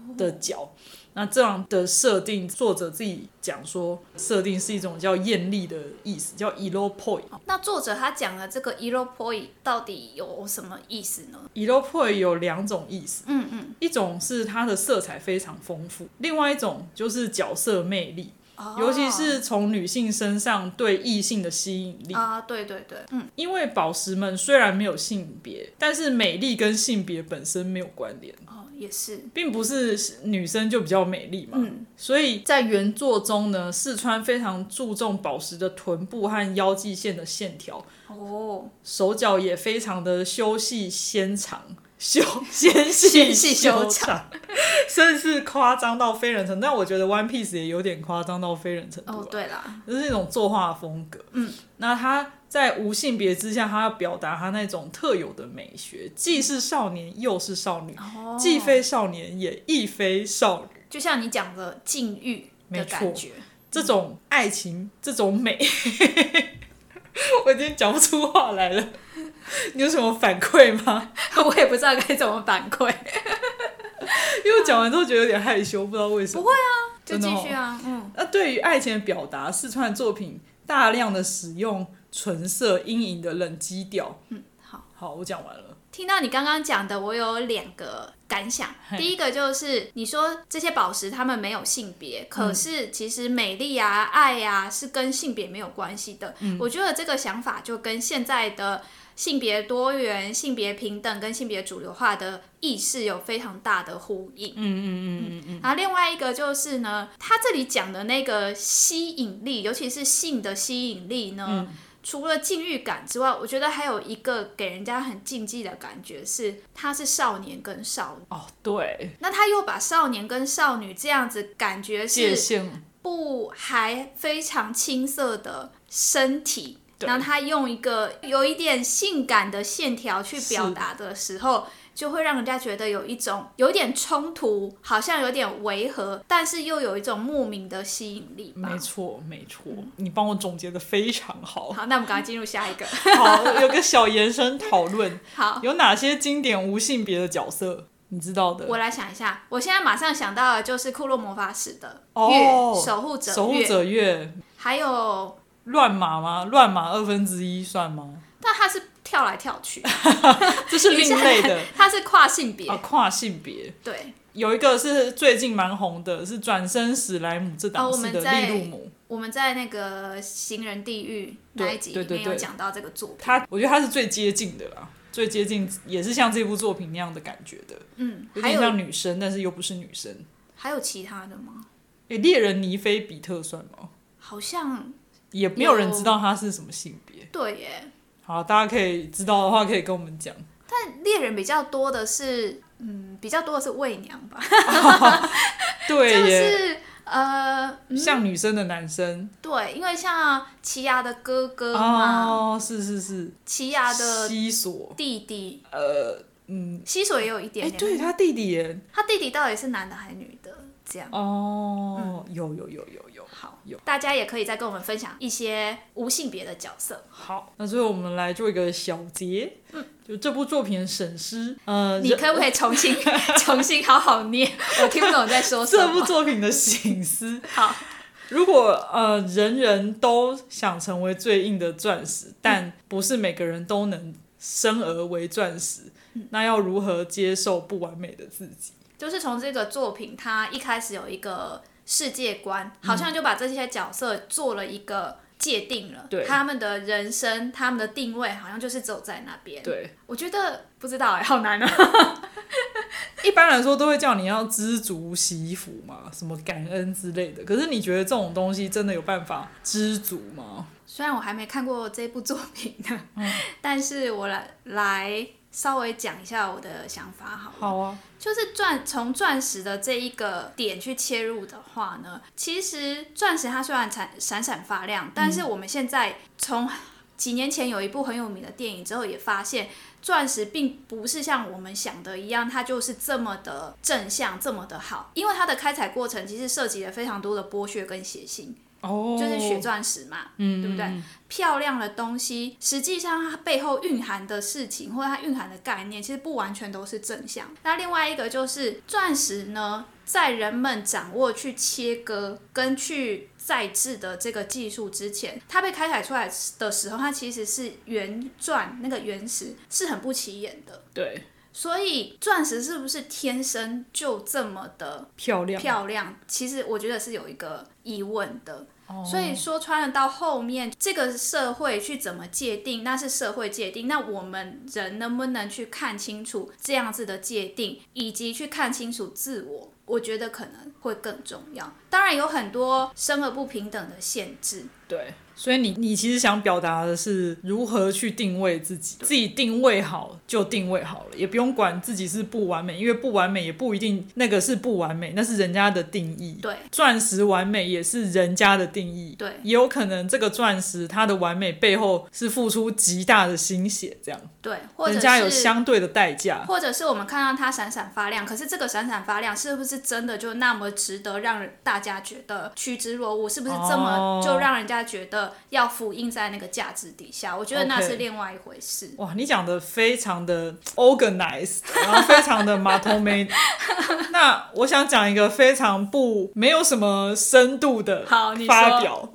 Speaker 2: 哦
Speaker 1: 的脚。那这样的设定，作者自己讲说，设定是一种叫艳丽的意思，叫 elopoi。
Speaker 2: 那作者他讲的这个 e r o p o i 到底有什么意思呢？
Speaker 1: elopoi 有两种意思，
Speaker 2: 嗯嗯，
Speaker 1: 一种是它的色彩非常丰富，另外一种就是角色魅力，
Speaker 2: 哦
Speaker 1: 尤其是从女性身上对异性的吸引力。
Speaker 2: 啊，对对对，嗯，
Speaker 1: 因为宝石们虽然没有性别，但是美丽跟性别本身没有关联，
Speaker 2: 哦，也是，
Speaker 1: 并不是女生就比较美丽嘛。
Speaker 2: 嗯，
Speaker 1: 所以在原作中呢，四川非常注重宝石的臀部和腰际线的线条，
Speaker 2: 哦，
Speaker 1: 手脚也非常的修细纤长，修纤细
Speaker 2: 纤细
Speaker 1: 修
Speaker 2: 修
Speaker 1: 长， (laughs) 甚至夸张到非人程度。但我觉得《One Piece》也有点夸张到非人程度、啊
Speaker 2: 哦，，对啦，
Speaker 1: 这是一种作画风格。
Speaker 2: 嗯，
Speaker 1: 那他在无性别之下，他要表达他那种特有的美学，既是少年又是少女，
Speaker 2: 哦，
Speaker 1: 既非少年也亦非少女。
Speaker 2: 就像你讲的禁欲的
Speaker 1: 没错
Speaker 2: 感觉，
Speaker 1: 这种爱情，这种美， (laughs) 我已经讲不出话来了。 (laughs) 你有什么反馈吗？
Speaker 2: (laughs) 我也不知道该怎么反馈，
Speaker 1: 因为我讲完之后觉得有点害羞，不知道为什么。
Speaker 2: 不会就
Speaker 1: 真的
Speaker 2: 继
Speaker 1: 哦
Speaker 2: 续啊，嗯，
Speaker 1: 那对于爱情的表达，四川的作品大量的使用纯色、阴影的冷基调。
Speaker 2: 嗯好。
Speaker 1: 好，我讲完了。
Speaker 2: 听到你刚刚讲的，我有两个感想。
Speaker 1: 嘿
Speaker 2: 第一个就是你说这些宝石它们没有性别，可是其实美丽啊、爱啊是跟性别没有关系的。
Speaker 1: 嗯
Speaker 2: 我觉得这个想法就跟现在的性别多元、性别平等跟性别主流化的意识有非常大的呼应。
Speaker 1: 嗯嗯嗯嗯
Speaker 2: 然后另外一个就是呢，他这里讲的那个吸引力，尤其是性的吸引力呢，
Speaker 1: 嗯
Speaker 2: 除了禁欲感之外，我觉得还有一个给人家很禁忌的感觉是，他是少年跟少女。
Speaker 1: 哦，对，
Speaker 2: 那他又把少年跟少女这样子感觉
Speaker 1: 界
Speaker 2: 是啊
Speaker 1: 限
Speaker 2: 不还非常青涩的身体，
Speaker 1: 对
Speaker 2: 然后他用一个有一点性感的线条去表达的时候，就会让人家觉得有一种有点冲突，好像有点违和，但是又有一种莫名的吸引力吧
Speaker 1: 没。错没错，嗯你帮我总结的非常好。
Speaker 2: 好，那我们赶快进入下一个。 (laughs)
Speaker 1: 好，有个小延伸讨论，
Speaker 2: 好，
Speaker 1: 有哪些经典无性别的角色？你知道的，
Speaker 2: 我来想一下，我现在马上想到的就是库洛魔法使的
Speaker 1: 哦
Speaker 2: 月、守护者
Speaker 1: 守护
Speaker 2: 月，
Speaker 1: 者月
Speaker 2: 还有，
Speaker 1: 乱码吗？乱码二分之一算
Speaker 2: (laughs)
Speaker 1: 吗？
Speaker 2: 但他是跳来跳
Speaker 1: (laughs)
Speaker 2: 去，
Speaker 1: 这是另类的
Speaker 2: 他是跨性别，
Speaker 1: 啊，跨性别。
Speaker 2: 对。
Speaker 1: 有一个是最近蛮红的，是转身史莱姆这档
Speaker 2: 哦我
Speaker 1: 事
Speaker 2: 们
Speaker 1: 的
Speaker 2: 在
Speaker 1: 利露姆，
Speaker 2: 我们在那个《行人地狱》那一集
Speaker 1: 对
Speaker 2: 里
Speaker 1: 对
Speaker 2: 面有
Speaker 1: 对
Speaker 2: 讲到这个作品，
Speaker 1: 他我觉得他是最接近的啦，最接近也是像这部作品那样的感觉的，
Speaker 2: 嗯，
Speaker 1: 有
Speaker 2: 还
Speaker 1: 点
Speaker 2: 有
Speaker 1: 像女生，但是又不是女生。
Speaker 2: 还有其他的吗？
Speaker 1: 诶，猎人尼菲比特算吗？
Speaker 2: 好像
Speaker 1: 也没有人知道他是什么性别。
Speaker 2: 对耶，
Speaker 1: 好，大家可以知道的话，可以跟我们讲。
Speaker 2: 但猎人比较多的是，嗯，比较多的是媚娘吧，
Speaker 1: 对
Speaker 2: 就
Speaker 1: 耶，
Speaker 2: 是呃，嗯
Speaker 1: 像女生的男生
Speaker 2: 对，因为像奇亚的哥哥嘛，
Speaker 1: 哦，是是是，
Speaker 2: 奇亚的
Speaker 1: 西索，
Speaker 2: 弟弟，
Speaker 1: 呃，嗯，
Speaker 2: 西索也有一
Speaker 1: 哎、
Speaker 2: 点点，
Speaker 1: 对他弟弟耶，
Speaker 2: 他弟弟到底是男的还是女的？这样。
Speaker 1: 哦，有有有有有，
Speaker 2: 嗯好
Speaker 1: 有，
Speaker 2: 大家也可以再跟我们分享一些无性别的角色。
Speaker 1: 好，那最后我们来做一个小结，嗯，就这部作品的审视，呃，
Speaker 2: 你
Speaker 1: 人
Speaker 2: 可不可以
Speaker 1: (laughs)
Speaker 2: 重新重新好好念？我听不懂你在说什
Speaker 1: 这部
Speaker 2: 么。
Speaker 1: 作品的醒思，
Speaker 2: 好，
Speaker 1: 如果呃人人都想成为最硬的钻
Speaker 2: 嗯
Speaker 1: 石，但不是每个人都能生而为钻石，
Speaker 2: 嗯
Speaker 1: 那要如何接受不完美的自己？
Speaker 2: 就是从这个作品，它一开始有一个世界观，
Speaker 1: 嗯
Speaker 2: 好像就把这些角色做了一个界定了。
Speaker 1: 对
Speaker 2: 他们的人生，他们的定位好像就是只有在那边。，
Speaker 1: 对，
Speaker 2: 我觉得不知道哎、好难啊。
Speaker 1: (laughs) 一般来说都会叫你要知足惜福嘛，什么感恩之类的。可是你觉得这种东西真的有办法知足吗？
Speaker 2: 虽然我还没看过这部作品呢， (laughs) 但是我来来稍微讲一下我的想法好了。
Speaker 1: 好啊，
Speaker 2: 就是钻从钻石的这一个点去切入的话呢，其实钻石它虽然闪闪闪发亮，但是我们现在从几年前有一部很有名的电影之后，也发现钻石并不是像我们想的一样，它就是这么的正向，这么的好，因为它的开采过程其实涉及了非常多的剥削跟血腥。
Speaker 1: 哦，
Speaker 2: 就是血钻石嘛，嗯，对不对？漂亮的东西，实际上它背后蕴含的事情或者它蕴含的概念，其实不完全都是正向。那另外一个就是钻石呢，在人们掌握去切割跟去再制的这个技术之前，它被开采出来的时候，它其实是原钻那个原石是很不起眼的。
Speaker 1: 对，
Speaker 2: 所以钻石是不是天生就这么的
Speaker 1: 漂亮，
Speaker 2: 漂亮，其实我觉得是有一个疑问的。
Speaker 1: 哦
Speaker 2: 所以说穿了到后面，这个社会去怎么界定，那是社会界定。那我们人能不能去看清楚这样子的界定，以及去看清楚自我？我觉得可能会更重要。当然有很多生而不平等的限制，
Speaker 1: 对。所以你你其实想表达的是如何去定位自己，自己定位好就定位好了，也不用管自己是不完美，因为不完美也不一定那个是不完美，那是人家的定义。
Speaker 2: 对
Speaker 1: 钻石完美也是人家的定义，
Speaker 2: 对
Speaker 1: 也有可能这个钻石它的完美背后是付出极大的心血，这样
Speaker 2: 对，或者
Speaker 1: 人家有
Speaker 2: 是
Speaker 1: 相对的代价。
Speaker 2: 或者是我们看到它闪闪发亮，可是这个闪闪发亮是不是真的就那么值得让人大家觉得趋之若鹜？是不是这
Speaker 1: 哦
Speaker 2: 么就让人家觉得要复印在那个价值底下？我觉得那
Speaker 1: OK
Speaker 2: 是另外一回事。
Speaker 1: 哇，你讲的非常的 organized，然后非常的马头
Speaker 2: (laughs)
Speaker 1: 眉。那我想讲一个非常不没有什么深度的
Speaker 2: 好你说
Speaker 1: 发表。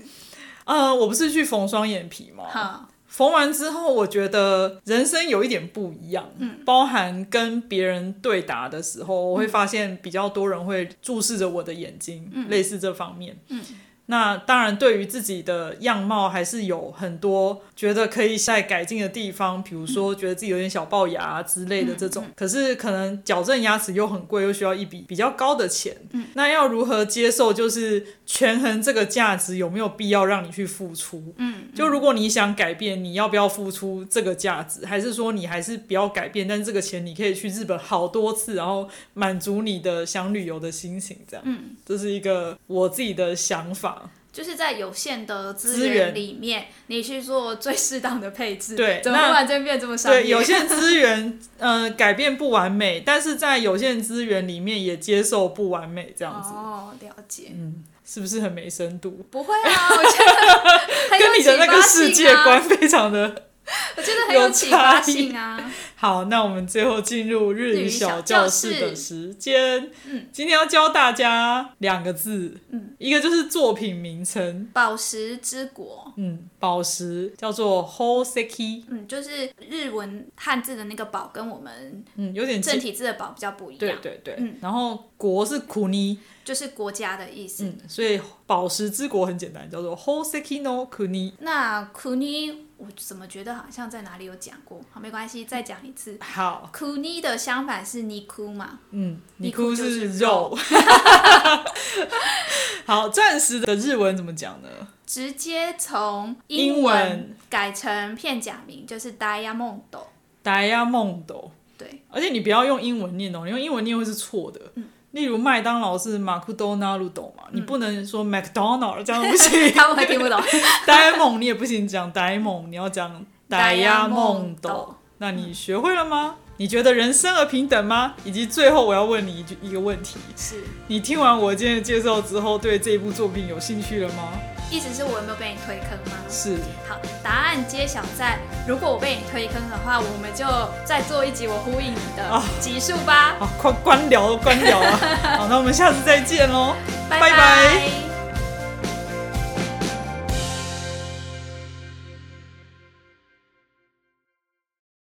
Speaker 1: 呃，我不是去缝双眼皮吗？
Speaker 2: 哈、
Speaker 1: 缝完之后，我觉得人生有一点不一样，嗯，包含跟别人对答的时候，我会发现比较多人会注视着我的眼睛，类似这方面，嗯。那当然，对于自己的样貌还是有很多觉得可以再改进的地方，比如说觉得自己有点小龅牙啊之类的这种。可是可能矫正牙齿又很贵，又需要一笔比较高的钱。那要如何接受，就是权衡这个价值有没有必要让你去付出？就如果你想改变，你要不要付出这个价值，还是说你还是不要改变？但是这个钱你可以去日本好多次，然后满足你的想旅游的心情，这样。嗯，这是一个我自己的想法。
Speaker 2: 就是在有限的
Speaker 1: 资
Speaker 2: 资
Speaker 1: 源
Speaker 2: 源里面，你去做最适当的配置。
Speaker 1: 对
Speaker 2: 怎么
Speaker 1: 那
Speaker 2: 突然间变这么哦商
Speaker 1: 对，
Speaker 2: 业？
Speaker 1: 有限资源，呃，改变不完美，但是在有限资源里面也接受不完美，这样子、嗯
Speaker 2: 哦，了解。
Speaker 1: 是不是很没深度？
Speaker 2: 不会啊，我觉得很有
Speaker 1: (laughs) 跟你的那
Speaker 2: 启
Speaker 1: 个
Speaker 2: 发
Speaker 1: 世
Speaker 2: 性
Speaker 1: 界
Speaker 2: 啊
Speaker 1: 观，非常的
Speaker 2: 我觉得很
Speaker 1: 有
Speaker 2: 有启
Speaker 1: 差
Speaker 2: 发
Speaker 1: 异
Speaker 2: 性啊。
Speaker 1: 好。那我们最后进入日语小教室的时间。
Speaker 2: 嗯，
Speaker 1: 今天要教大家两个字，嗯，一个就是作品名称，
Speaker 2: 宝石之国。
Speaker 1: 嗯，宝石叫做 Hoseki，
Speaker 2: 嗯，就是日文汉字的那个“宝”跟我们
Speaker 1: 嗯，有点
Speaker 2: 正
Speaker 1: 近，
Speaker 2: 体字的“宝”比较不一
Speaker 1: 对
Speaker 2: 样，
Speaker 1: 对对。
Speaker 2: 嗯
Speaker 1: 然后国是苦尼，
Speaker 2: 就是国家的意思。
Speaker 1: 嗯，所以宝石之国很简单，叫做 Hoseki no Kuni。
Speaker 2: 那 “kuni” 我怎么觉得好像在哪里有讲过？好，没关系，再讲一次。
Speaker 1: 好，
Speaker 2: “kuni” 的相反是 “niku” 嘛？
Speaker 1: 嗯，你
Speaker 2: 你
Speaker 1: 哭
Speaker 2: 哭就是是
Speaker 1: 肉。 (laughs) 好，钻石的日文怎么讲呢？
Speaker 2: 直接从
Speaker 1: 英
Speaker 2: 英
Speaker 1: 文
Speaker 2: 文改成片假名，就是 “diamond”。
Speaker 1: Diamond，
Speaker 2: 对， (laughs)
Speaker 1: 而且你不要用英文念哦，你用英文念会是错的。例如麦当劳是 McDonald 嘛，你不能说 McDonald (laughs) 这样不行
Speaker 2: 他们会听不懂。
Speaker 1: ，Diamond 你也不行讲 Diamond，你要讲 Diamond
Speaker 2: Diamond。
Speaker 1: 那你学会了吗？你觉得人生而平等吗？以及最后我要问你一句一个问题：
Speaker 2: 是，
Speaker 1: 你听完我今天的介绍之后，对这部作品有兴趣了吗？
Speaker 2: 意思是我有没有被你推坑吗？
Speaker 1: 是，
Speaker 2: 好，答案揭晓在如果我被你推坑的话，我们就再做一集我呼应你
Speaker 1: 哦
Speaker 2: 的集数吧，
Speaker 1: (laughs) 好，快关聊了，关聊了。好，那我们下次再见喽，拜
Speaker 2: 拜
Speaker 1: 拜
Speaker 2: 拜